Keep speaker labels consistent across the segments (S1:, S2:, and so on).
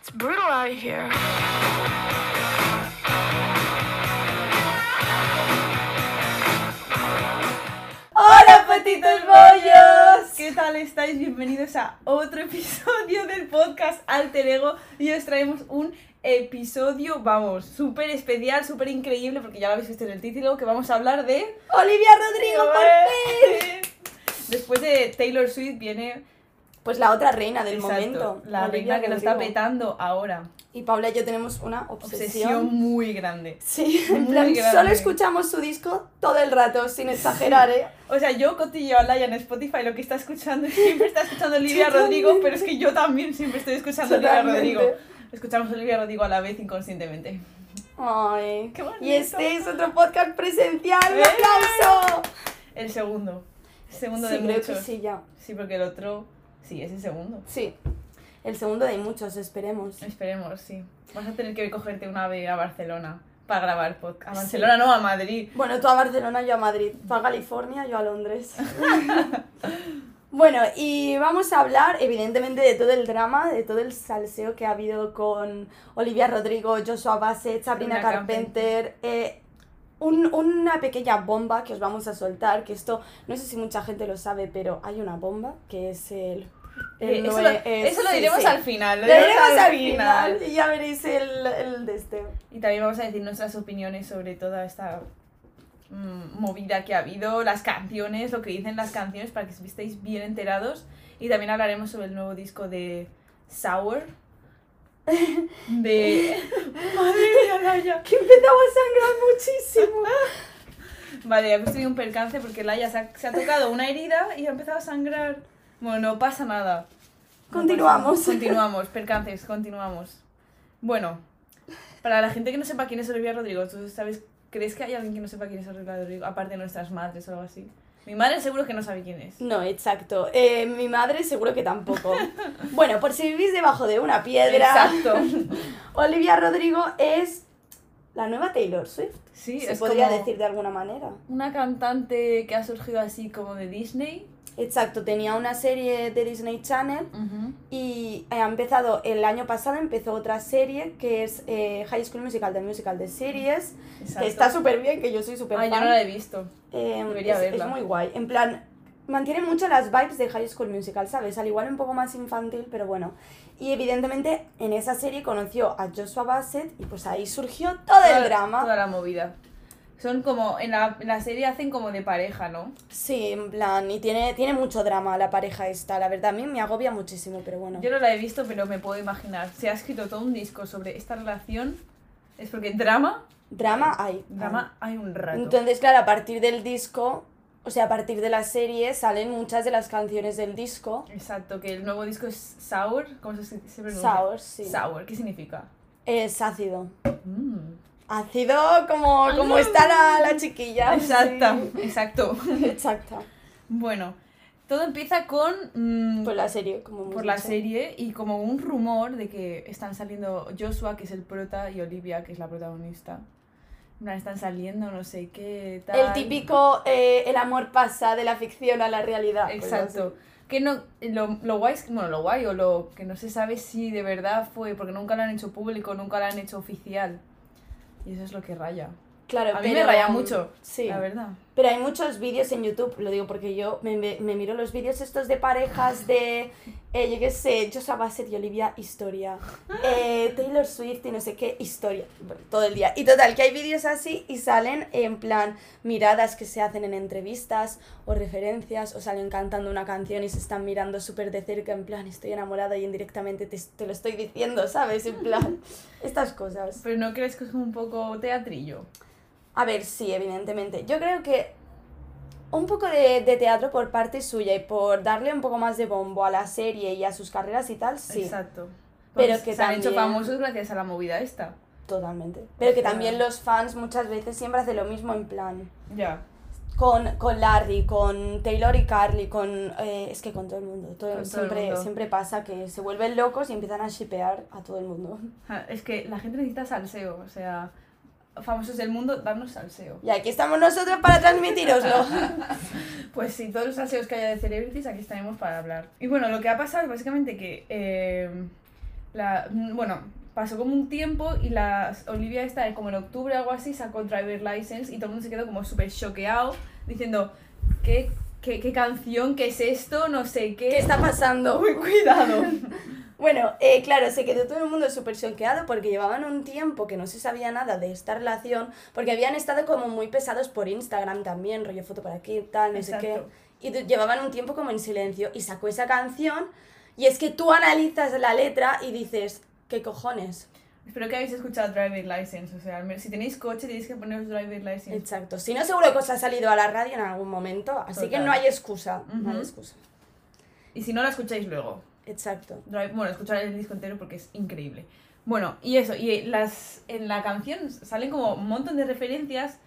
S1: It's brutal out here.
S2: ¡Hola, patitos bollos! ¿Qué tal estáis? Bienvenidos a otro episodio del podcast Alter Ego y os traemos un episodio, vamos, súper especial, súper increíble, porque ya lo habéis visto en el título, que vamos a hablar de...
S3: Olivia Rodrigo, por fin.
S2: Después de Taylor Swift viene...
S3: Pues la otra reina del
S2: Exacto,
S3: momento.
S2: La
S3: Olivia
S2: reina que lo está
S3: Rodrigo.
S2: petando ahora.
S3: Y Paula y yo tenemos una
S2: Obsesión
S3: obsesión.
S2: muy grande.
S3: Sí, en
S2: muy
S3: plan,
S2: grande.
S3: solo escuchamos su disco todo el rato, sin exagerar, ¿eh?
S2: O sea, yo cotilleo a Laia en Spotify, lo que está escuchando, siempre está escuchando Olivia Rodrigo, pero es que yo también siempre estoy escuchando a Olivia
S3: Totalmente.
S2: Rodrigo. Escuchamos a Olivia Rodrigo a la vez inconscientemente.
S3: Ay.
S2: Qué bonito.
S3: y este es otro podcast presencial. ¡Un
S2: ¡Eh!
S3: aplauso!
S2: El segundo. El segundo
S3: sí,
S2: de
S3: creo
S2: muchos.
S3: que sí, ya.
S2: Sí, porque el otro. Sí, es el segundo.
S3: Sí. El segundo de muchos, esperemos.
S2: Esperemos, sí. Vas a tener que cogerte un ave a Barcelona para grabar podcast. A Barcelona, no, a Madrid.
S3: Bueno, tú a Barcelona, yo a Madrid. Tú a California, yo a Londres. bueno, y vamos a hablar evidentemente de todo el drama, de todo el salseo que ha habido con Olivia Rodrigo, Joshua Bassett, Sabrina
S2: Sabrina
S3: Carpenter. eh, un- una pequeña bomba que os vamos a soltar, que esto no sé si mucha gente lo sabe, pero hay una bomba que es el... el
S2: Eh, eso,
S3: nue-
S2: lo,
S3: eh,
S2: eso lo
S3: sí,
S2: diremos
S3: sí.
S2: al final.
S3: Lo diremos al final. y ya veréis el, el de este.
S2: Y también vamos a decir nuestras opiniones sobre toda esta mm, movida que ha habido, las canciones, lo que dicen las canciones, para que estéis bien enterados. Y también hablaremos sobre el nuevo disco de Sour. De. Madre mía, Laia.
S3: Que empezamos a sangrar muchísimo.
S2: Vale, hemos tenido un percance porque Laia se ha, se ha tocado una herida y ha empezado a sangrar. Bueno, no pasa nada. No
S3: Continuamos.
S2: pasa nada. Continuamos, percances, continuamos. Bueno, para la gente que no sepa quién es Olivia Rodrigo, ¿tú sabes, crees que hay alguien que no sepa quién es Olivia Rodrigo? Aparte de nuestras madres o algo así. Mi madre seguro que no sabe quién es.
S3: No, exacto. Eh, mi madre seguro que tampoco. bueno, por si vivís debajo de una piedra,
S2: Exacto.
S3: Olivia Rodrigo es la nueva Taylor Swift.
S2: Sí,
S3: se
S2: es
S3: podría
S2: como
S3: decir de alguna manera.
S2: Una cantante que ha surgido así como de Disney.
S3: Exacto, tenía una serie de Disney Channel y ha empezado el año pasado, empezó otra serie que es eh, High School Musical, The Musical de Series,
S2: Exacto.
S3: que está súper bien, que yo soy súper
S2: Ah,
S3: fan.
S2: yo no la he visto.
S3: Eh,
S2: Debería
S3: es,
S2: verla.
S3: es muy guay. En plan, mantiene mucho las vibes de High School Musical, ¿sabes? Al igual un poco más infantil, pero bueno. Y evidentemente en esa serie conoció a Joshua Bassett y pues ahí surgió todo
S2: Toda-
S3: el drama.
S2: Toda la movida. Son como, en la, en la serie hacen como de pareja, ¿no?
S3: Sí, en plan, y tiene, tiene mucho drama la pareja esta, la verdad. A mí me agobia muchísimo, pero bueno.
S2: Yo no la he visto, pero me puedo imaginar. Se ha escrito todo un disco sobre esta relación. Es porque drama,
S3: Drama hay.
S2: drama hay un rato.
S3: Ah. Entonces, claro, a partir del disco, o sea, a partir de la serie salen muchas de las canciones del disco.
S2: Exacto, que el nuevo disco es Sour. ¿Cómo se, se pronuncia?
S3: Sour, sí. Ah,
S2: Sour, ¿qué significa?
S3: Es ácido.
S2: Mm.
S3: Ácido como, como está la, la chiquilla.
S2: Exacta,
S3: sí.
S2: Ah. exacto.
S3: Exacta.
S2: Bueno, todo empieza con... mm,
S3: Por la serie, como hemos
S2: por la
S3: dicho.
S2: serie y como un rumor de que están saliendo Joshua, que es el prota, y Olivia, que es la protagonista. En plan, Están saliendo, no sé qué, tal.
S3: El típico, eh, el amor pasa de la ficción a la realidad. pues,
S2: Exacto. Que no, lo, lo guay, es- bueno, lo guay o lo que no se sabe si de verdad fue, porque nunca lo han hecho público, nunca lo han hecho oficial. Y eso es lo que raya,
S3: así. Claro,
S2: A mí me
S3: pero,
S2: raya mucho,
S3: Sí.
S2: la verdad.
S3: Pero hay muchos vídeos en YouTube, lo digo porque yo me, me- me miro los vídeos estos de parejas de, eh, yo qué sé, Joshua Bassett y Olivia, historia. Eh, Taylor Swift y no sé qué, historia. Bueno, todo el día. Y total, que hay vídeos así y salen en plan miradas que se hacen en entrevistas o referencias o salen cantando una canción y se están mirando súper de cerca en plan estoy enamorada y indirectamente te, te lo estoy diciendo, ¿sabes? En plan, estas cosas.
S2: Pero no crees que es un poco teatrillo.
S3: A ver, sí, evidentemente. Yo creo que un poco de, de teatro por parte suya y por darle un poco más de bombo a la serie y a sus carreras y tal, sí,
S2: Exacto.
S3: Pero
S2: Porque
S3: que
S2: se han hecho
S3: también-
S2: famosos gracias a la movida esta.
S3: totalmente. Pero que
S2: Claro.
S3: también los fans muchas veces siempre hacen lo mismo en plan.
S2: Ya.
S3: Con, con Larry, con Taylor y Carly, con... eh, es que con todo el mundo. todo-
S2: Con todo el
S3: siempre,
S2: mundo.
S3: siempre pasa que se vuelven locos y empiezan a shipear a todo el mundo.
S2: Ja, Es que la gente necesita salseo, o sea, famosos del mundo, darnos salseo.
S3: Y aquí estamos nosotros para transmitiroslo.
S2: Pues sí, todos los salseos que haya de celebrities, aquí estaremos para hablar. Y bueno, lo que ha pasado es básicamente que eh, la, bueno, pasó como un tiempo y la Olivia esta, como en octubre o algo así, sacó Driver License y todo el mundo se quedó como súper choqueado diciendo, ¿qué, qué, qué canción? ¿Qué es esto? No sé qué.
S3: ¿Qué está pasando?
S2: Uy, cuidado.
S3: Bueno, eh, claro, se quedó todo el mundo súper choqueado porque llevaban un tiempo que no se sabía nada de esta relación, porque habían estado como muy pesados por Instagram también, rollo foto por aquí, tal, no sé
S2: Exacto.
S3: qué. Y du- llevaban un tiempo como en silencio y sacó esa canción y es que tú analizas la letra y dices, ¿qué cojones?
S2: Espero que habéis escuchado Driver License, o sea, al menos- si tenéis coche tenéis que poneros Driver License.
S3: Exacto. Si no, seguro que os ha salido a la radio en algún momento, así que
S2: Total.
S3: no hay excusa. No hay
S2: Ujú.
S3: excusa.
S2: Y si no, la escucháis luego.
S3: Exacto.
S2: Drive- bueno, escuchar el disco entero porque es increíble. Bueno, y eso, y las en la canción salen como un montón de referencias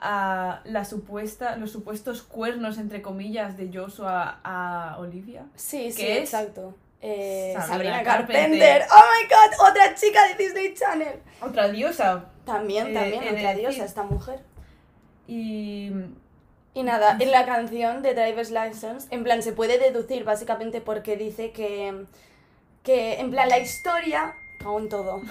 S2: a la supuesta, los supuestos cuernos, entre comillas, de Joshua a Olivia.
S3: Sí, sí,
S2: es?
S3: exacto. Eh, Sabrina,
S2: Sabrina
S3: Carpenter.
S2: Carpenter.
S3: ¡Oh my god! ¡Otra chica de Disney Channel!
S2: Otra diosa.
S3: También,
S2: Eh,
S3: también,
S2: he de
S3: otra
S2: decir.
S3: diosa esta mujer.
S2: Y
S3: Y nada, en la canción de Driver's License, en plan, se puede deducir básicamente porque dice que, que en plan, la historia, aún todo,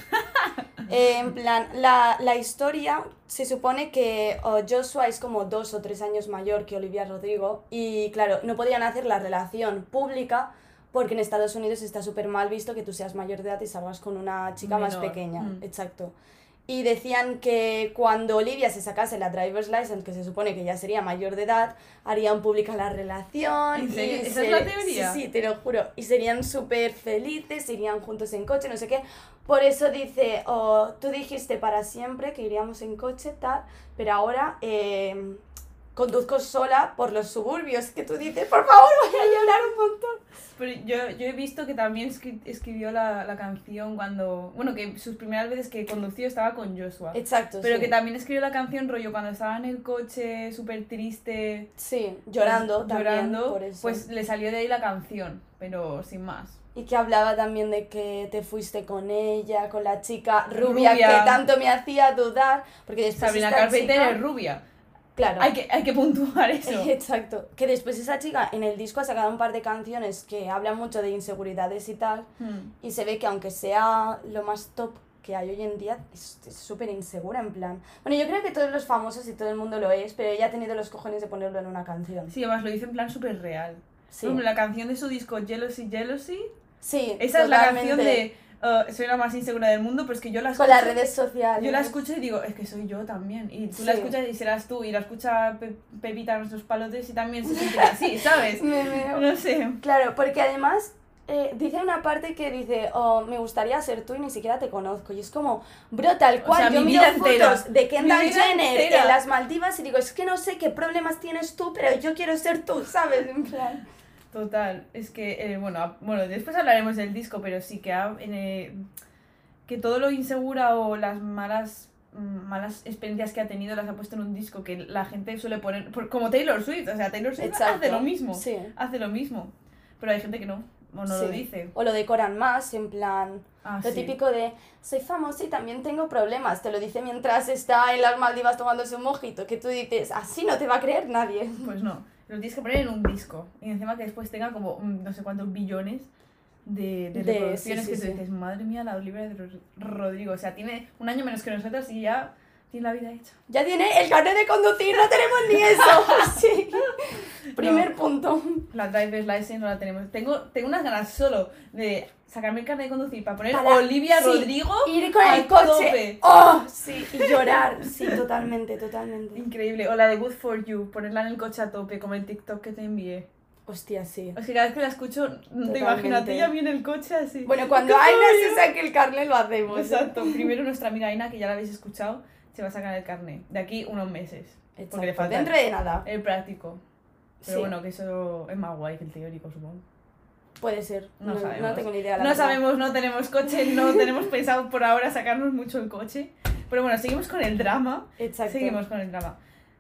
S3: Eh, en plan, la, la historia se supone que oh, Joshua es como dos o tres años mayor que Olivia Rodrigo y claro, no podían hacer la relación pública porque en Estados Unidos está súper mal visto que tú seas mayor de edad y salgas con una chica más
S2: Menor,
S3: pequeña,
S2: mm.
S3: exacto. Y decían que cuando Olivia se sacase la driver's license, que se supone que ya sería mayor de edad, harían pública la relación.
S2: ¿En
S3: y
S2: serio? ¿Esa es
S3: se-
S2: la teoría?
S3: Sí, sí, te lo juro. Y serían súper felices, irían juntos en coche, no sé qué. Por eso dice, oh, tú dijiste para siempre que iríamos en coche, tal, pero ahora eh, conduzco sola por los suburbios. Que tú dices, por favor, voy a llorar un montón.
S2: pero yo, yo he visto que también escri- escribió la, la canción cuando, bueno, que sus primeras veces que condució estaba con Joshua.
S3: Exacto.
S2: Pero
S3: sí.
S2: que también escribió la canción rollo cuando estaba en el coche, súper triste,
S3: Sí, llorando también.
S2: llorando,
S3: por eso.
S2: pues le salió de ahí la canción, pero sin más.
S3: Y que hablaba también de que te fuiste con ella, con la chica rubia,
S2: Rubia.
S3: que tanto me hacía dudar. Porque después
S2: Sabrina
S3: esta
S2: Carpenter
S3: Pues chica-
S2: es rubia.
S3: Claro.
S2: Hay que, hay que puntuar eso.
S3: Exacto. Que después esa chica en el disco ha sacado un par de canciones que hablan mucho de inseguridades y tal.
S2: Hmm.
S3: Y se ve que aunque sea lo más top que hay hoy en día, es es súper insegura en plan. Bueno, yo creo que todos los famosos y todo el mundo lo es, pero ella ha tenido los cojones de ponerlo en una canción.
S2: Sí, además lo dice en plan súper real.
S3: Sí.
S2: Por ejemplo, la canción de su disco Jealousy, Jealousy.
S3: Sí,
S2: Esa es la
S3: totalmente.
S2: canción de "Uh, Soy la más insegura del mundo, pero es que yo la escucho.
S3: Con las redes sociales.
S2: Yo la escucho y digo, es que soy yo también. Y tú la
S3: Sí.
S2: escuchas y serás tú. Y la escucha Pe- Pepita, nuestros palotes, y también se siente así, ¿sabes?
S3: Me meo.
S2: No sé.
S3: Claro, porque además eh, dice una parte que dice, oh, me gustaría ser tú y ni siquiera te conozco. Y es como, bro, tal cual,
S2: sea,
S3: yo
S2: mi
S3: miro
S2: vida
S3: fotos
S2: entera.
S3: de
S2: Mi
S3: Kendall
S2: vida
S3: Jenner
S2: entera.
S3: en las Maldivas y digo, es que no sé qué problemas tienes tú, pero yo quiero ser tú, ¿sabes? En plan.
S2: Total, es que, eh, bueno, a- bueno, después hablaremos del disco, pero sí que, ha- en, eh, que todo lo insegura o las malas mm, malas experiencias que ha tenido las ha puesto en un disco que la gente suele poner, por- como Taylor Swift, o sea, Taylor Swift Pues hace lo mismo,
S3: Sí.
S2: hace lo mismo, pero hay gente que no, o no lo
S3: Sí.
S2: dice.
S3: O lo decoran más, en plan,
S2: Ah,
S3: lo
S2: sí.
S3: típico de, soy famosa y también tengo problemas. Te lo dice mientras está en las Maldivas tomándose un mojito, que tú dices, así no te va a creer nadie.
S2: Pues no, lo tienes que poner en un disco, y encima que después tenga como mm, no sé cuántos billones de, de
S3: De- sí,
S2: reproducciones
S3: sí,
S2: que
S3: sí.
S2: tú dices, madre mía, la Olivia de Ro- Rodrigo, o sea, tiene un año menos que nosotros y ya tiene la vida hecha.
S3: Ya tiene el carnet de conducir, no tenemos ni eso. Sí. Primer punto.
S2: La driver's license no la tenemos. Tengo, tengo unas ganas solo de sacarme el carnet de conducir para poner
S3: Para-
S2: Olivia
S3: sí,
S2: Rodrigo.
S3: Ir con el
S2: a
S3: coche.
S2: tope.
S3: Oh, sí, y llorar. Sí, totalmente, totalmente.
S2: Increíble. O la de Good for You, ponerla en el coche a tope, como el TikTok que te envié.
S3: Hostia, sí.
S2: Es que cada vez que la escucho, no
S3: Totalmente.
S2: te imaginas, ella viene en el coche así.
S3: Bueno, cuando
S2: Good for
S3: Aina
S2: you.
S3: se saque el carnet lo hacemos.
S2: Exacto. Primero nuestra amiga Aina, que ya la habéis escuchado, se va a sacar el carnet. De aquí unos meses.
S3: Exacto.
S2: Porque le falta
S3: Dentro de nada.
S2: el práctico. Pero
S3: Sí,
S2: bueno, que eso es más guay que el teórico, supongo.
S3: puede ser. No,
S2: No sabemos.
S3: no tengo ni idea. la
S2: No
S3: verdad.
S2: sabemos, no tenemos coche, no tenemos pensado por ahora sacarnos mucho el coche. Pero bueno, seguimos con el drama.
S3: Exacto.
S2: Seguimos con el drama.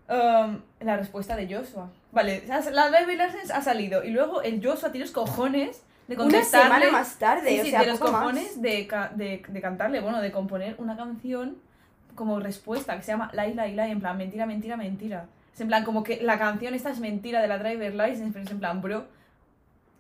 S2: Um, la respuesta de Joshua. Vale, has- la Drive License ha salido. Y luego el Joshua tiene los cojones de
S3: Una
S2: contestarle.
S3: semana más tarde,
S2: Sí,
S3: o
S2: sí,
S3: sea,
S2: de los
S3: poco más.
S2: cojones de, ca- de- de cantarle, bueno, de componer una canción como respuesta que se llama La Isla Isla. Y en plan, mentira, mentira, mentira. Es en plan, como que la canción esta es mentira de la Driver License. Pero es en plan, bro,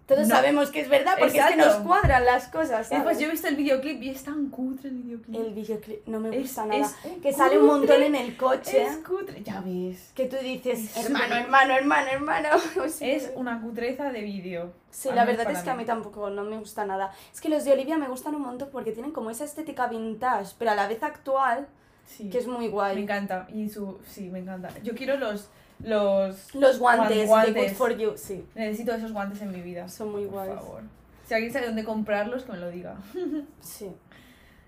S3: Todos
S2: No.
S3: sabemos que es verdad porque es que
S2: Exacto. pues,
S3: nos cuadran las cosas. ¿sabes?
S2: Después yo he visto el videoclip y es tan cutre el videoclip.
S3: El videoclip no me
S2: Es-
S3: gusta
S2: es
S3: nada.
S2: un
S3: que sale un montón
S2: cutre,
S3: en ¿eh? el coche.
S2: Es cutre. Ya ves.
S3: Que tú dices,
S2: Es
S3: hermano,
S2: súper-
S3: hermano, hermano, hermano. O sea,
S2: Es una cutreza de vídeo.
S3: Sí,
S2: Al
S3: la
S2: menos
S3: verdad
S2: para
S3: es que a mí tampoco no me gusta nada. Es que los de Olivia me gustan un montón porque tienen como esa estética vintage, pero a la vez actual,
S2: Sí.
S3: que es muy
S2: Me
S3: guay.
S2: encanta. Y su. Sí, me encanta. Yo quiero los. los...
S3: Los guantes, de
S2: guantes.
S3: Good For You, sí,
S2: Necesito esos guantes en mi vida.
S3: son muy
S2: Por
S3: guays.
S2: favor. Si alguien sabe dónde comprarlos, que me lo diga.
S3: Sí.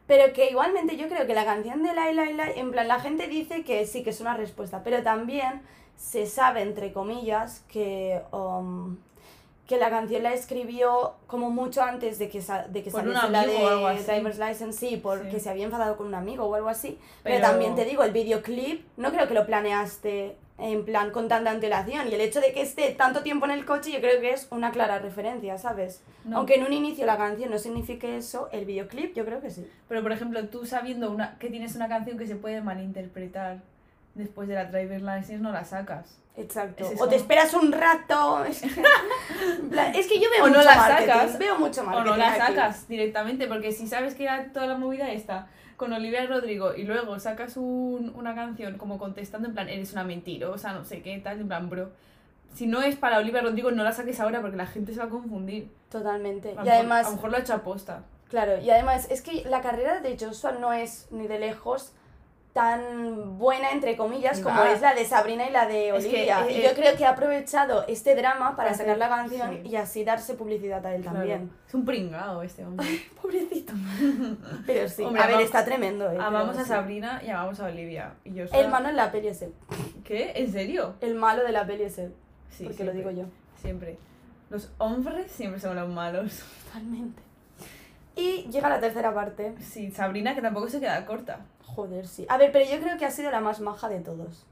S3: Pero que igualmente yo creo que la canción de Lai Lai Lai, en plan, la gente dice que sí, que es una respuesta, pero también se sabe, entre comillas, que, um, que la canción la escribió como mucho antes de que, sa- de que
S2: Por un
S3: saliese la
S2: amigo o algo
S3: de
S2: así.
S3: Driver's License, sí, porque
S2: Sí.
S3: se había enfadado con un amigo o algo así. Pero,
S2: Pero-
S3: también te digo, el videoclip, no creo que lo planeaste en plan con tanta antelación, y el hecho de que esté tanto tiempo en el coche, yo creo que es una clara referencia, ¿sabes?
S2: No.
S3: Aunque en un inicio la canción no signifique eso, el videoclip yo creo que sí.
S2: Pero por ejemplo, tú sabiendo una, que tienes una canción que se puede malinterpretar después de la driver license, no la sacas.
S3: Exacto.
S2: Es eso.
S3: o te esperas un rato. Es que, en plan, es que yo veo
S2: O no
S3: mucho
S2: la
S3: marketing.
S2: sacas,
S3: veo mucho
S2: O
S3: marketing.
S2: no la
S3: aquí.
S2: sacas directamente, porque si sabes que era toda la movida esta con Olivia Rodrigo y luego sacas un- una canción como contestando en plan, eres una mentirosa, no sé qué, tal, en plan, bro. Si no es para Olivia Rodrigo, no la saques ahora porque la gente se va a confundir.
S3: Totalmente.
S2: A lo
S3: Y
S2: mejor- a lo
S3: además,
S2: mejor lo ha hecho aposta.
S3: claro, y además es que la carrera de Joshua no es ni de lejos tan buena, entre comillas,
S2: Ni
S3: como
S2: nada.
S3: es la de Sabrina y la de
S2: Ah. Es que,
S3: Olivia.
S2: eh,
S3: y
S2: eh,
S3: yo creo que ha aprovechado este drama para
S2: para
S3: sacar la
S2: hacer-
S3: canción
S2: sí.
S3: y así darse publicidad a él también.
S2: Claro. Es un pringado este hombre.
S3: Pobrecito. Pero sí,
S2: Hombre,
S3: a ver,
S2: amamos-
S3: está tremendo. eh,
S2: Amamos
S3: pero
S2: Ah, a
S3: sí.
S2: Sabrina y amamos a Olivia. Y yo
S3: El malo en la peli es él.
S2: ¿Qué? ¿En serio?
S3: El malo de la peli es él.
S2: Sí,
S3: porque lo
S2: siempre.
S3: digo yo.
S2: Siempre. Los hombres siempre son los malos.
S3: Totalmente. Y llega la tercera parte.
S2: Sí, Sabrina que tampoco se queda corta.
S3: Joder, sí. A ver, pero yo creo que ha sido la más maja de todos.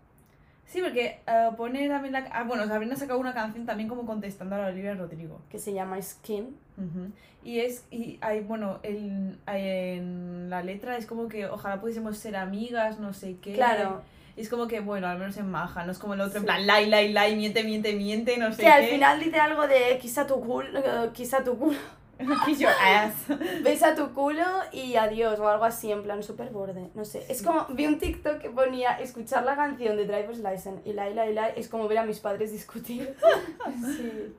S2: Sí, porque eh, pone también la... Ah, bueno, Sabrina sacó una canción también como contestando a la Olivia Rodrigo.
S3: Que se llama Skin.
S2: Ujú. Y es... Y hay, bueno, el- en la letra es como que ojalá pudiésemos ser amigas, no sé qué.
S3: Claro.
S2: Y es como que, bueno, al menos en maja, no es como el otro en
S3: Sí.
S2: plan, lai, lai, lai, miente, miente, miente, no sé
S3: que al
S2: qué.
S3: final dice algo de quizá tu culo, eh, quizá tu culo,
S2: Kiss your ass.
S3: besa tu culo y adiós o algo así, en plan súper borde. No sé. Es
S2: Sí.
S3: como, vi un TikTok que ponía escuchar la canción de Driver's License y la y la y la, es como ver a mis padres discutir. sí.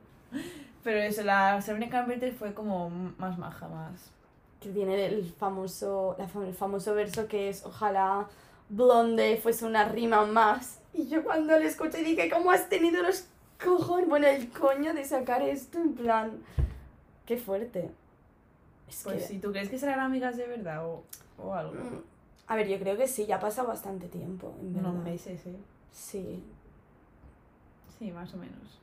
S2: Pero eso, la Sabrina Carpenter fue como más maja, más...
S3: que tiene el famoso, la fam- el famoso verso que es ojalá Blonde fuese una rima más. Y yo cuando lo escuché dije, ¿cómo has tenido los cojones? Bueno, el coño de sacar esto en plan... Qué fuerte. Es
S2: Pues
S3: que...
S2: si tú crees que serán amigas de verdad o, o algo.
S3: Mm, A ver, yo creo que sí, ya pasa bastante tiempo, en verdad.
S2: Unos meses, ¿eh?
S3: Sí.
S2: Sí, más o menos.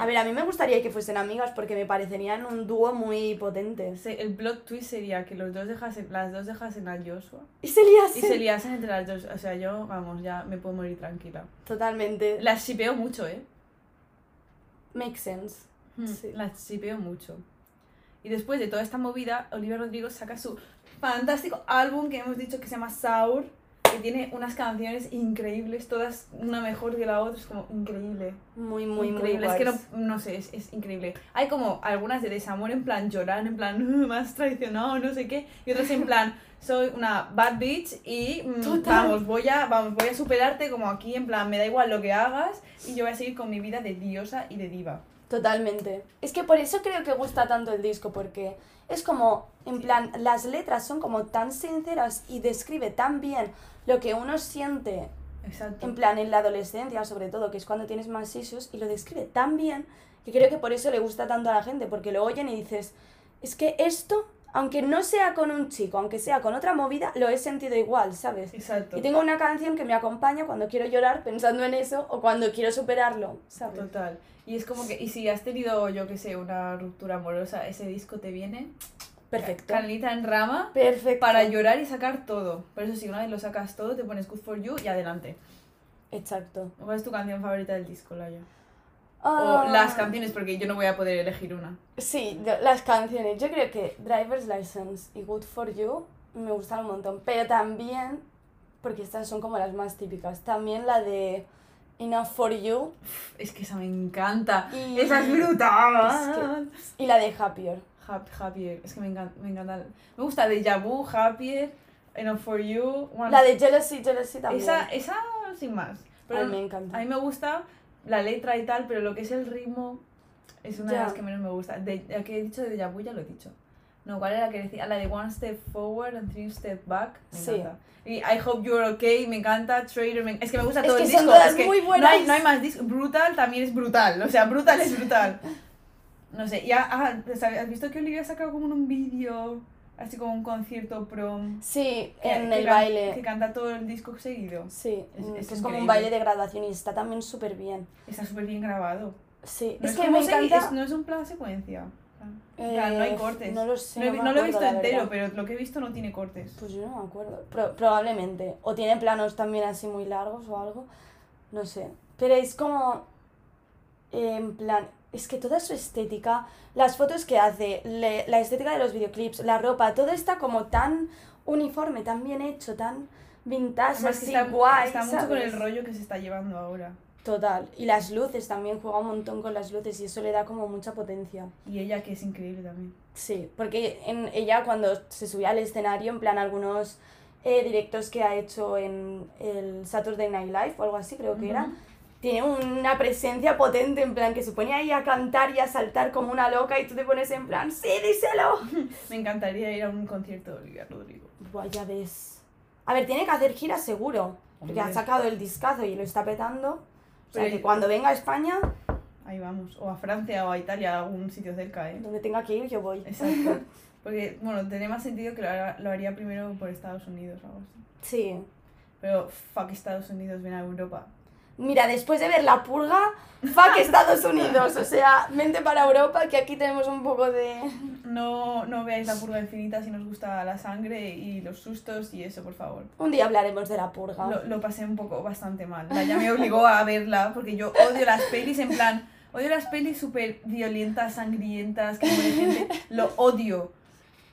S3: A ver, a mí me gustaría que fuesen amigas porque me parecerían un dúo muy potente.
S2: Se- El plot twist sería que los dos dejasen, las dos dejasen a Joshua
S3: Y se liasen.
S2: y se liasen entre las dos. O sea, yo, vamos, ya me puedo morir tranquila.
S3: Totalmente.
S2: Las shipeo mucho, ¿eh?
S3: Makes sense.
S2: Hmm,
S3: Sí.
S2: Las shipeo mucho. Y después de toda esta movida, Oliver Rodrigo saca su fantástico álbum que hemos dicho que se llama Sour, que tiene unas canciones increíbles, todas una mejor que la otra, es como increíble.
S3: Muy, muy,
S2: increíble.
S3: muy
S2: es que
S3: guays.
S2: no, no sé, es, es increíble. Hay como algunas de desamor en plan llorar, en plan "Uh, me has traicionado, no sé qué. Y otras en plan soy una bad bitch y mm,
S3: Total.
S2: vamos, voy a, vamos, voy a superarte como aquí, en plan me da igual lo que hagas y yo voy a seguir con mi vida de diosa y de diva.
S3: Totalmente. Es que por eso creo que gusta tanto el disco, porque es como, en plan, las letras son como tan sinceras y describe tan bien lo que uno siente,
S2: Exacto.
S3: en plan, en la adolescencia sobre todo, que es cuando tienes más issues, y lo describe tan bien que creo que por eso le gusta tanto a la gente, porque lo oyen y dices, es que esto, aunque no sea con un chico, aunque sea con otra movida, lo he sentido igual, ¿sabes?
S2: Exacto.
S3: Y tengo una canción que me acompaña cuando quiero llorar pensando en eso o cuando quiero superarlo, ¿sabes?
S2: Total. Y es como que, y si has tenido, yo que sé, una ruptura amorosa, ese disco te viene.
S3: Perfecto.
S2: Canelita en rama.
S3: Perfecto.
S2: Para llorar y sacar todo. Pero eso sí, una vez lo sacas todo, te pones Good for You y adelante.
S3: Exacto.
S2: ¿Cuál es tu canción favorita del disco, Laia?
S3: Ah,
S2: O las canciones, porque yo no voy a poder elegir una.
S3: Sí, lo- las canciones. Yo creo que Driver's License y Good For You me gustan un montón. Pero también, porque estas son como las más típicas, también la de Enough for You
S2: Es que esa me encanta.
S3: y,
S2: Esa es brutal.
S3: y la de Happier.
S2: Hap- Happier. Es que me encanta. Me, encanta. me gusta Deja Vu, Happier, Enough for You. One-
S3: La de Jealousy, Jealousy también.
S2: Esa, esa sin más. Pero
S3: a mí me encanta.
S2: a mí me gusta la letra y tal, pero lo que es el ritmo es una
S3: Ya.
S2: de las que menos me gusta. De, la que he dicho de Deja Vu ya lo he dicho. No, ¿cuál era la que decía? La de One Step Forward and Three Step Back. Me
S3: Sí.
S2: encanta. Y I Hope You're Okay, me encanta. Trader, me- es que me gusta
S3: Es
S2: todo
S3: que
S2: el
S3: son
S2: disco.
S3: todas
S2: es que
S3: muy
S2: No hay,
S3: buenas.
S2: no hay más disco. Brutal también es brutal. O sea, brutal es brutal. No sé, ya ah, ¿has visto que Olivia ha sacado como un vídeo? Así como un concierto prom.
S3: Sí,
S2: que-
S3: en
S2: que
S3: el
S2: can-
S3: baile.
S2: Que canta todo el disco seguido.
S3: Sí,
S2: Es-
S3: mm,
S2: es
S3: que es como
S2: increíble.
S3: un baile de graduación y está también súper bien.
S2: Está súper bien grabado.
S3: Sí,
S2: No
S3: es, que
S2: como
S3: me
S2: segui-
S3: encanta.
S2: es- no es un plan secuencia. En plan, no hay
S3: eh,
S2: cortes.
S3: No lo sé.
S2: no, he
S3: no
S2: vi-
S3: me
S2: no lo he visto
S3: acuerdo, la
S2: entero,
S3: verdad.
S2: pero lo que he visto no tiene cortes.
S3: Pues yo no me acuerdo. Pro- probablemente. O tiene planos también así muy largos o algo. No sé. Pero es como. eh, En plan. Es que toda su estética, las fotos que hace, le- la estética de los videoclips, la ropa, todo está como tan uniforme, tan bien hecho, tan vintage,
S2: Además, que
S3: así
S2: está,
S3: guay.
S2: está mucho con el
S3: ¿sabes?
S2: rollo que se está llevando ahora.
S3: Total. Y las luces también juega un montón con las luces y eso le da como mucha potencia.
S2: Y ella, que es increíble también.
S3: Sí, porque en ella cuando se subía al escenario, en plan algunos eh, directos que ha hecho en el Saturday Night Live o algo así, creo que era,
S2: Ujú.
S3: tiene una presencia potente, en plan que se pone ahí a cantar y a saltar como una loca y tú te pones en plan, sí, díselo.
S2: Me encantaría ir a un concierto de Olivia Rodrigo.
S3: Buah, ya ves. A ver, tiene que hacer giras seguro, porque ha
S2: Hombre.
S3: sacado el discazo y lo está petando. O sea,
S2: Pero-
S3: que cuando venga a España,
S2: Ahí vamos. O a Francia o a Italia, a algún sitio cerca, ¿eh?
S3: donde tenga que ir, yo voy.
S2: Exacto. Porque, bueno, tendría más sentido que lo haga- lo haría primero por Estados Unidos o algo así.
S3: Sí.
S2: Pero, fuck Estados Unidos, ven a Europa.
S3: Mira, después de ver la purga, fuck Estados Unidos. O sea, mente para Europa, que aquí tenemos un poco de.
S2: No, no veáis la purga infinita si nos gusta la sangre y los sustos y eso, por favor.
S3: Un día hablaremos de la purga.
S2: Lo, lo pasé un poco bastante mal. La ya me obligó a verla porque yo odio las pelis en plan. Odio las pelis súper violentas, sangrientas, que muere gente. Lo odio.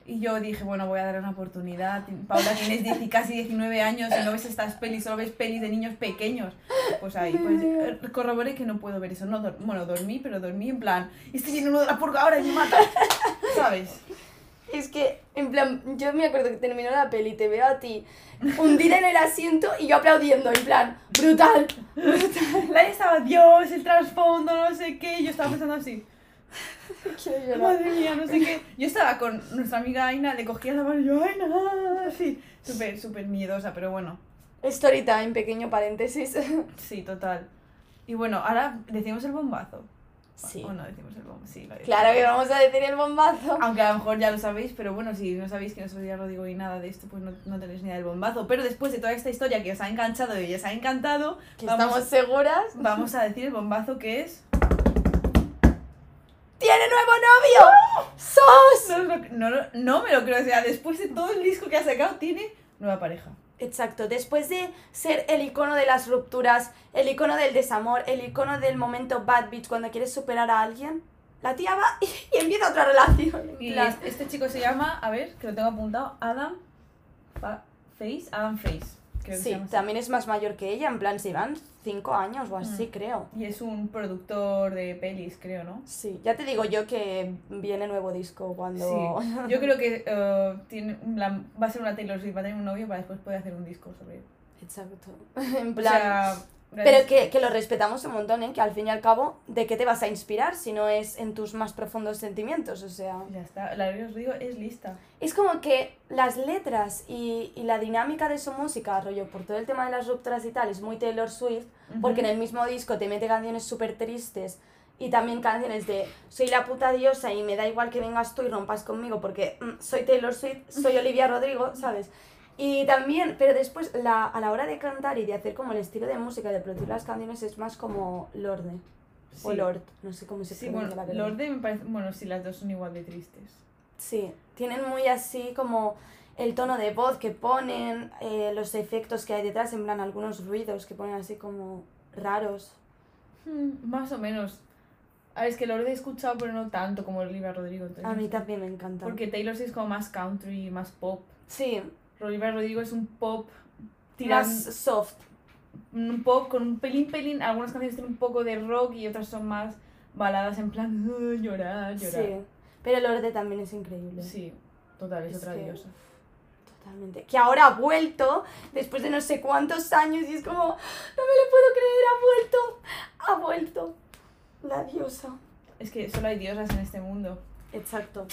S2: Y yo dije, bueno, voy a dar una oportunidad. Paula, tienes 10 y casi 19 años y no ves estas pelis, solo ves pelis de niños pequeños. Pues ahí, pues eh, corroboré que no puedo ver eso. No, dor- bueno, dormí, pero dormí en plan, "Este estoy en uno de la purga ahora y me mata. ¿Sabes?
S3: Es que, en plan, yo me acuerdo que terminó la peli, te veo a ti hundida en el asiento y yo aplaudiendo, en plan, brutal.
S2: La estaba, Dios, el trasfondo, no sé qué. y yo estaba pensando así.
S3: Quiero llorar.
S2: Madre mía, no sé qué. Yo estaba con nuestra amiga Aina, le cogía la mano y yo, Aina, sí. Súper, súper miedosa, pero bueno,
S3: Story time, pequeño paréntesis.
S2: sí, total. Y bueno, ahora decimos el bombazo.
S3: Sí.
S2: O Oh, no Ah, decimos el bombazo, sí, lo decimos.
S3: Claro que vamos a decir el bombazo.
S2: Aunque a lo mejor ya lo sabéis, pero bueno, si no sabéis que nosotros ya no digo y nada de esto, pues no, no tenéis ni idea del bombazo. Pero después de toda esta historia que os ha enganchado y os ha encantado,
S3: Que
S2: vamos-
S3: estamos seguras.
S2: vamos a decir el bombazo que es.
S3: ¡Tiene nuevo novio! ¡Sos!
S2: No, os lo- no lo- no me lo creo, o sea, después de todo el disco que ha sacado, tiene nueva pareja.
S3: Exacto, después de ser el icono de las rupturas, el icono del desamor, el icono del momento bad bitch cuando quieres superar a alguien, la tía va y, y empieza otra relación. en
S2: Y
S3: plan,
S2: es- este chico se llama, a ver, que lo tengo apuntado, Adam Fa- Face, Adam Face. Creo que se
S3: sí,
S2: llama así.
S3: también es más mayor que ella, en plan, se van cinco años o así,
S2: Mm.
S3: creo.
S2: Y es un productor de pelis, creo, ¿no?
S3: Sí, ya te digo yo que viene nuevo disco cuando...
S2: Yo creo que eh, tiene un plan- va a ser una Taylor Swift, va a tener un novio para después poder hacer un disco sobre él.
S3: Exacto, en
S2: O
S3: plan...
S2: sea,
S3: pero
S2: gracias-
S3: que, que lo respetamos un montón, ¿eh? Que al fin y al cabo, ¿de qué te vas a inspirar si no es en tus más profundos sentimientos? O sea...
S2: Ya está, la que os digo es lista.
S3: Es como que las letras y, y la dinámica de su música, rollo, por todo el tema de las rupturas y tal, es muy Taylor Swift, porque en el mismo disco te mete canciones súper tristes y también canciones de soy la puta diosa y me da igual que vengas tú y rompas conmigo porque mm, soy Taylor Swift, soy Olivia Rodrigo, ¿sabes? Y también, pero después la- a la hora de cantar y de hacer como el estilo de música, de producir las canciones, es más como Lorde
S2: Sí.
S3: o Lord, no sé cómo se
S2: Sí,
S3: pronuncia
S2: bueno,
S3: la verdad.
S2: Lorde me parece. Bueno, sí, las dos son igual de tristes.
S3: Sí, tienen muy así como el tono de voz que ponen, eh, los efectos que hay detrás, en plan algunos ruidos que ponen así como raros.
S2: Hmm, más o menos. A ver, es que Lorde he escuchado, pero no tanto como Olivia Rodrigo. entonces
S3: A
S2: no
S3: mí
S2: sé.
S3: también me encanta.
S2: Porque Taylor Swift es como más country, más pop.
S3: Sí,
S2: Olivia Rodrigo es un pop tiran-
S3: más soft.
S2: un poco, con un pelín, pelín, algunas canciones tienen un poco de rock y otras son más baladas en plan "Ah, llorar,
S3: Sí.
S2: llorar.
S3: Pero Lorde también es increíble.
S2: Sí, total, es,
S3: Es
S2: otra
S3: que-
S2: diosa.
S3: Totalmente. Que ahora ha vuelto después de no sé cuántos años y es como, no me lo puedo creer, ha vuelto. Ha vuelto. La diosa.
S2: Es que solo hay diosas en este mundo.
S3: Exacto.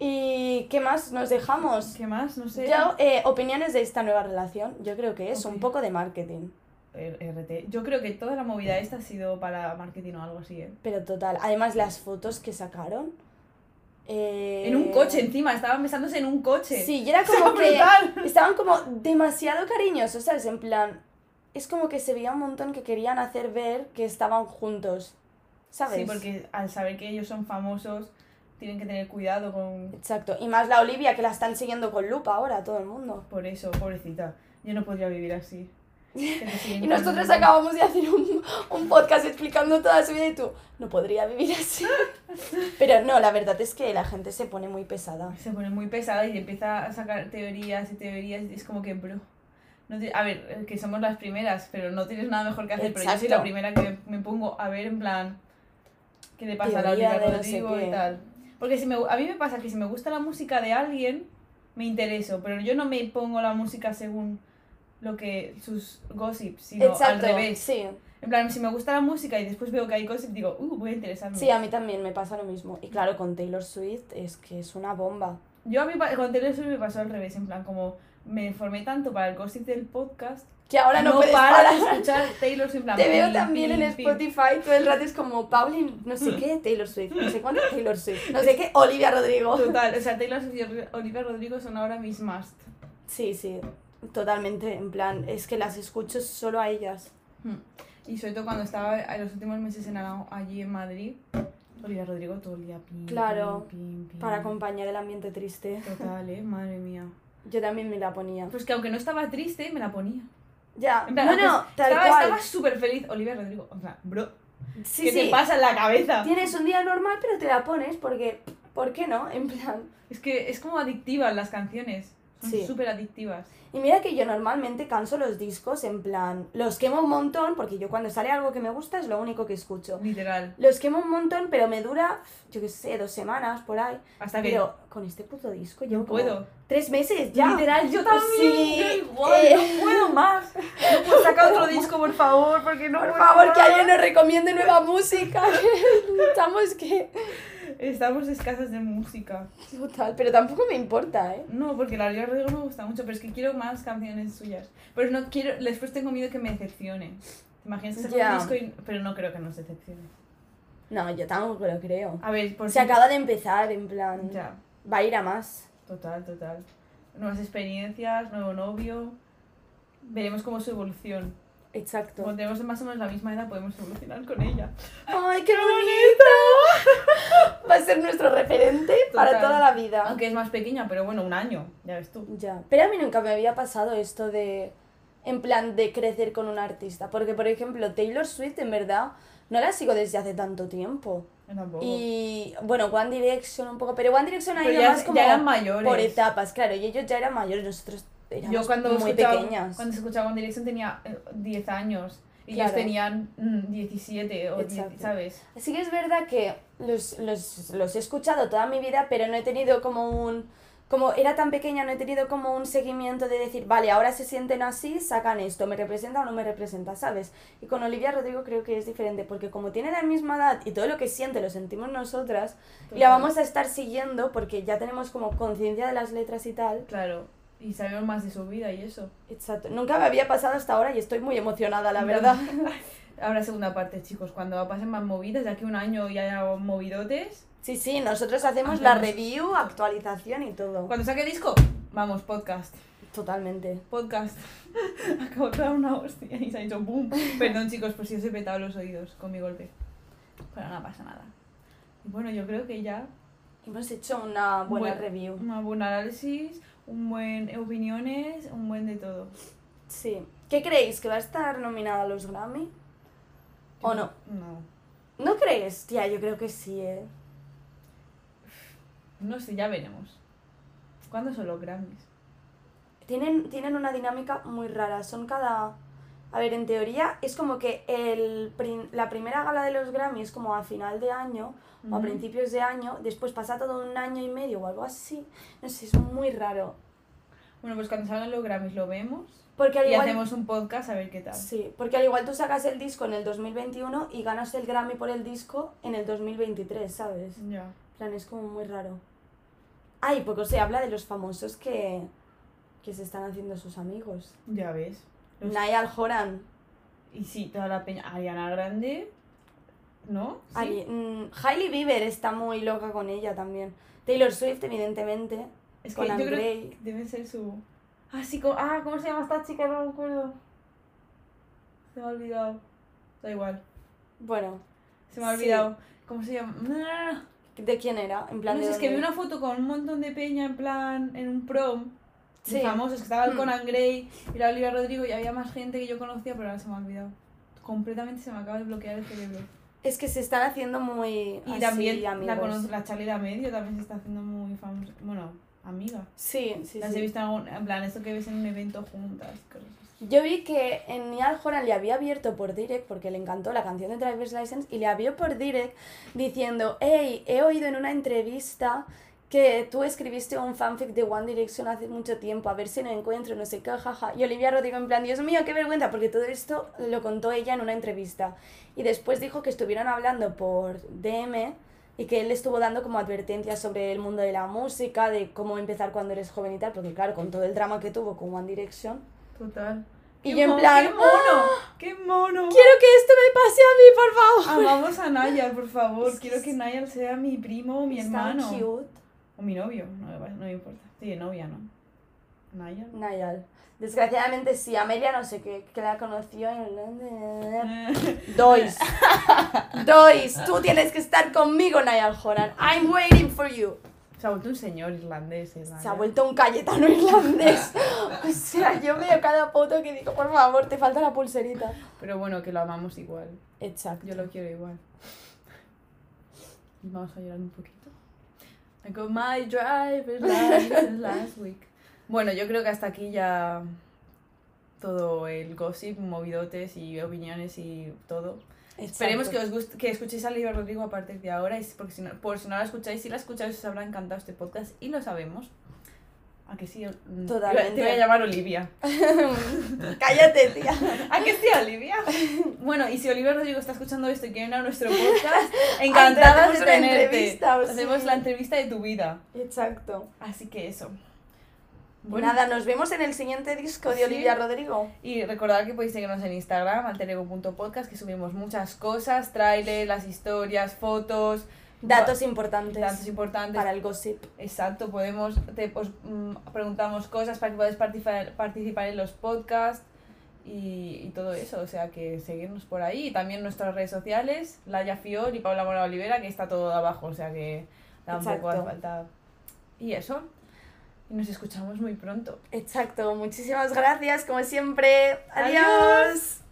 S3: ¿Y qué más nos dejamos?
S2: ¿Qué más? No sé.
S3: Yo, eh, opiniones de esta nueva relación. Yo creo que es
S2: Ok.
S3: un poco de marketing.
S2: Er, R- RT. Yo creo que toda la movida esta ha sido para marketing o algo así, ¿eh?
S3: Pero total, además las fotos que sacaron. eh,
S2: En un coche encima, estaban besándose en un coche.
S3: Sí, y era
S2: O sea,
S3: como que
S2: brutal.
S3: estaban como demasiado cariñosos, ¿sabes? En plan, es como que se veía un montón que querían hacer ver que estaban juntos, ¿sabes?
S2: Sí, porque al saber que ellos son famosos, tienen que tener cuidado con...
S3: Exacto, y más la Olivia que la están siguiendo con lupa ahora todo el mundo.
S2: Por eso, pobrecita. Yo no podría vivir así. Que te siguen
S3: Y nosotros
S2: con-
S3: acabamos de hacer un, un podcast explicando toda su vida y tú, no podría vivir así. Pero no, la verdad es que la gente se pone muy pesada.
S2: Se pone muy pesada y empieza a sacar teorías y teorías. y es como que, bro... no te- a ver, eh, que somos las primeras, pero no tienes nada mejor que hacer. Pero yo soy la
S3: Exacto.
S2: primera que me pongo a ver en plan... ¿Qué le pasa
S3: Teoría
S2: a la
S3: de
S2: Olivia
S3: no
S2: Rodrigo
S3: sé qué.
S2: y tal? Porque si me, a mí me pasa que si me gusta la música de alguien, me intereso. Pero yo no me pongo la música según lo que sus gossips, sino al
S3: Exacto,
S2: revés.
S3: sí.
S2: En plan, si me gusta la música y después veo que hay cosas, digo, uh, voy a interesarme.
S3: Sí, a mí también me pasa lo mismo. Y claro, con Taylor Swift es que es una bomba.
S2: Yo a mí pa- con Taylor Swift me pasó al revés, en plan, como me informé tanto para el gossip del podcast,
S3: Que ahora no, puedes
S2: paro
S3: parar.
S2: de escuchar Taylor Swift. en plan,
S3: Te veo
S2: pim,
S3: también en
S2: pim, pim.
S3: Spotify todo el rato es como Paulin, no sé qué, Taylor Swift, no sé cuánto Taylor Swift, no sé qué, Olivia Rodrigo.
S2: Total, o sea, Taylor Swift y Olivia Rodrigo son ahora mis must.
S3: Sí, sí, totalmente, en plan, es que las escucho solo a ellas.
S2: Hmm. Y sobre todo cuando estaba en los últimos meses en Aragón, allí en Madrid, Olivia Rodrigo todo el día pim,
S3: Claro,
S2: pim, pim, pim.
S3: Para acompañar el ambiente triste.
S2: Total, eh, madre mía.
S3: Yo también me la ponía.
S2: Pues que aunque no estaba triste, me la ponía.
S3: Ya,
S2: En plan,
S3: no,
S2: aunque
S3: no, tal
S2: estaba,
S3: cual.
S2: Estaba súper feliz. Olivia Rodrigo, o sea, bro,
S3: sí,
S2: ¿qué
S3: sí.
S2: te pasa en la cabeza?
S3: Tienes un día normal, pero te la pones porque, ¿por qué no? En plan.
S2: Es que es como adictivas las canciones. Son
S3: Sí.
S2: súper adictivas.
S3: Y mira que yo normalmente canso los discos, en plan, los quemo un montón, porque yo cuando sale algo que me gusta es lo único que escucho.
S2: Literal.
S3: Los quemo un montón, pero me dura, yo qué sé, dos semanas por ahí.
S2: Hasta que
S3: Pero con este puto disco yo
S2: no puedo.
S3: Tres meses ya.
S2: Literal, yo
S3: Sí,
S2: yo igual,
S3: eh.
S2: no puedo más. No puedo sacar otro disco, por favor, porque no
S3: Por
S2: puedo
S3: favor, que
S2: más.
S3: alguien nos recomiende nueva música. Estamos que.
S2: Estamos escasas de música.
S3: Total, pero tampoco me importa, ¿eh?
S2: No, porque la Olivia Rodrigo me gusta mucho, pero es que quiero más canciones suyas. Pero no quiero, después tengo miedo que me decepcione. ¿Te imaginas que saca
S3: Ya.
S2: un disco y- pero no creo que nos decepcione.
S3: No, yo tampoco lo creo.
S2: A ver, por
S3: Se
S2: si-
S3: acaba de empezar, en plan.
S2: Ya,
S3: Va a ir a más.
S2: total, total. Nuevas experiencias, nuevo novio. Veremos cómo es su evolución. Como
S3: Exacto.
S2: tenemos más o menos la misma edad, podemos evolucionar con ella.
S3: ¡Ay, qué bonito! Va a ser nuestro referente para
S2: Total.
S3: toda la vida.
S2: Aunque es más pequeña, pero bueno, un año, ya ves tú.
S3: Ya, pero a mí nunca me había pasado esto de, en plan, de crecer con un artista, porque por ejemplo, Taylor Swift en verdad no la sigo desde hace tanto tiempo.
S2: Yo tampoco.
S3: Y bueno, One Direction un poco, pero One Direction ha
S2: Oh. Pero
S3: ido
S2: ya,
S3: más como
S2: ya eran mayores.
S3: por etapas, claro, y ellos ya eran mayores, nosotros éramos
S2: Yo cuando
S3: muy
S2: escuchaba,
S3: pequeñas.
S2: cuando escuchaba One Direction tenía eh, 10 años y
S3: Claro.
S2: ellos tenían mm, 17 o 10,
S3: Exacto.
S2: ¿sabes?
S3: Así que es verdad que los, los, los he escuchado toda mi vida, pero no he tenido como un... Como era tan pequeña, no he tenido como un seguimiento de decir, vale, ahora se sienten así, sacan esto, me representa o no me representa, ¿sabes? Y con Olivia Rodrigo creo que es diferente, porque como tiene la misma edad y todo lo que siente lo sentimos nosotras, y la
S2: Total.
S3: vamos a estar siguiendo porque ya tenemos como conciencia de las letras y tal.
S2: Claro, y sabemos más de su vida y eso.
S3: Exacto. Nunca me había pasado hasta ahora y estoy muy emocionada, la verdad.
S2: Habrá segunda parte, chicos, cuando pasen más movidas, de aquí a un año ya haya movidotes.
S3: Sí, sí, nosotros hacemos la
S2: Hacemos-
S3: review, actualización y todo.
S2: Cuando saque disco, vamos, podcast,
S3: Totalmente.
S2: podcast. Acabo de dar una hostia y se ha dicho boom. Perdón, chicos, por si os he petado los oídos con mi golpe. Pero no pasa nada. Y bueno, yo creo que ya
S3: Hemos hecho una buena
S2: Bueno.
S3: review.
S2: un buen análisis, un buen opiniones, un buen de todo.
S3: Sí. ¿Qué creéis? ¿Que va a estar nominada a los Grammy? ¿O no?
S2: No.
S3: ¿No crees? Tía, yo creo que sí, ¿eh?
S2: No sé, ya veremos. ¿Cuándo son los Grammys?
S3: tienen, tienen una dinámica muy rara. Son cada. A ver, en teoría es como que el, prim- la primera gala de los Grammy es como a final de año o a
S2: Ujú.
S3: principios de año, después pasa todo un año y medio o algo así. No sé, es muy raro.
S2: Bueno, pues cuando salgan los Grammys lo vemos
S3: Porque al
S2: y
S3: igual...
S2: hacemos un podcast a ver qué tal.
S3: Sí, porque al igual tú sacas el disco en el 2021 y ganas el Grammy por el disco en el 2023, ¿sabes?
S2: Ya.
S3: En plan, es como muy raro. Ay, porque se habla de los famosos que, que se están haciendo sus amigos.
S2: Ya ves. Los-
S3: Niall Horan,
S2: Y sí, toda la peña. Ariana Grande. ¿No? Sí.
S3: Ari- mm, Hailey Bieber está muy loca con ella también. Taylor Swift, evidentemente,
S2: Es que
S3: con
S2: yo
S3: Anne
S2: creo
S3: Gray.
S2: que debe ser su. Ah, sí, co- ah, ¿cómo se llama esta chica? No me acuerdo. Se me ha olvidado. Da igual.
S3: Bueno,
S2: Se me ha
S3: Sí.
S2: olvidado. ¿Cómo se llama?
S3: ¿de quién era? En plan
S2: No
S3: de
S2: sé, es que vi
S3: dónde-
S2: una foto con un montón de peña en plan en un prom.
S3: Sí.
S2: Sí. Famosos, que estaba el
S3: Mm.
S2: Conan Gray y la Olivia Rodrigo y había más gente que yo conocía, pero ahora se me ha olvidado. Completamente se me acaba de bloquear el cerebro.
S3: Es que se están haciendo muy
S2: Y
S3: así,
S2: también la
S3: amigos.
S2: conozco, la Charlie Medio también se está haciendo muy famosa. Bueno, amiga.
S3: Sí, sí,
S2: Las
S3: sí.
S2: he visto en, algún- en plan, esto que ves en un evento juntas. cosas así.
S3: Yo vi que en Niall Horan le había abierto por direct, porque le encantó la canción de Driver's License, y le abrió por direct diciendo, hey, he oído en una entrevista que tú escribiste un fanfic de One Direction hace mucho tiempo, a ver si lo encuentro, no sé qué, jaja. Y Olivia Rodrigo en plan, Dios mío, qué vergüenza, porque todo esto lo contó ella en una entrevista. Y después dijo que estuvieron hablando por DM y que él estuvo dando como advertencias sobre el mundo de la música, de cómo empezar cuando eres joven y tal, porque claro, con todo el drama que tuvo con One Direction,
S2: Total.
S3: Y
S2: ¡Qué
S3: yo en
S2: mo-
S3: plan,
S2: ¡Qué
S3: "Oh,
S2: mono! ¡Ah! ¡Qué mono!
S3: Quiero que esto me pase a mí, por favor.
S2: Amamos a Nayar, por favor.
S3: Es que
S2: Quiero
S3: es-
S2: que Nayar sea mi primo o mi
S3: Está
S2: hermano.
S3: cute.
S2: O mi novio, no me, va- no me importa. Sí, de novia, ¿no? Nayar.
S3: Nayal. Desgraciadamente sí, Amelia no sé qué, que la conoció en...
S2: Eh,
S3: Dois. Dois, tú tienes que estar conmigo, Nayal Horan. I'm waiting for you.
S2: Se ha vuelto un señor irlandés. eh,
S3: Se ha
S2: Nayar.
S3: vuelto un Cayetano irlandés. O sea, yo veo cada foto que digo, por favor, te falta la pulserita.
S2: Pero bueno, que lo amamos igual.
S3: Exacto.
S2: Yo lo quiero igual. Y vamos a llorar un poquito. I got my driver's license last week. Bueno, yo creo que hasta aquí ya todo el gossip, movidotes y opiniones y todo. Esperemos que os guste, que escuchéis a Olivia Rodrigo a partir de ahora, y si- porque si no, por si no la escucháis, si la escucháis os habrá encantado este podcast y lo sabemos. ¿A que sí? Mm,
S3: Totalmente.
S2: Te voy a llamar Olivia.
S3: Cállate, tía.
S2: ¿A que sí, Olivia? Bueno, y si Olivia Rodrigo está escuchando esto y quiere ir a nuestro podcast, encantadas
S3: Hacemos
S2: de
S3: una
S2: tenerte.
S3: entrevista, o
S2: Hacemos
S3: sí.
S2: la entrevista de tu vida.
S3: Exacto.
S2: Así que eso.
S3: Nada, nos vemos en el siguiente disco de
S2: Sí.
S3: Olivia Rodrigo.
S2: Y recordad que podéis seguirnos en Instagram, alterego.podcast, que subimos muchas cosas, trailers, las historias, fotos,
S3: Datos importantes
S2: datos importantes.
S3: para el gossip.
S2: Exacto, podemos, te os, mm, preguntamos cosas para que podáis participar, participar en los podcasts y, y todo eso. O sea que seguirnos por ahí. Y también nuestras redes sociales, Laia Fior y Paula Mora Olivera, que está todo abajo. O sea que tampoco hace
S3: Exacto.
S2: falta. Y eso. Y nos escuchamos muy pronto.
S3: Exacto, muchísimas gracias, como siempre.
S2: Adiós.
S3: Adiós.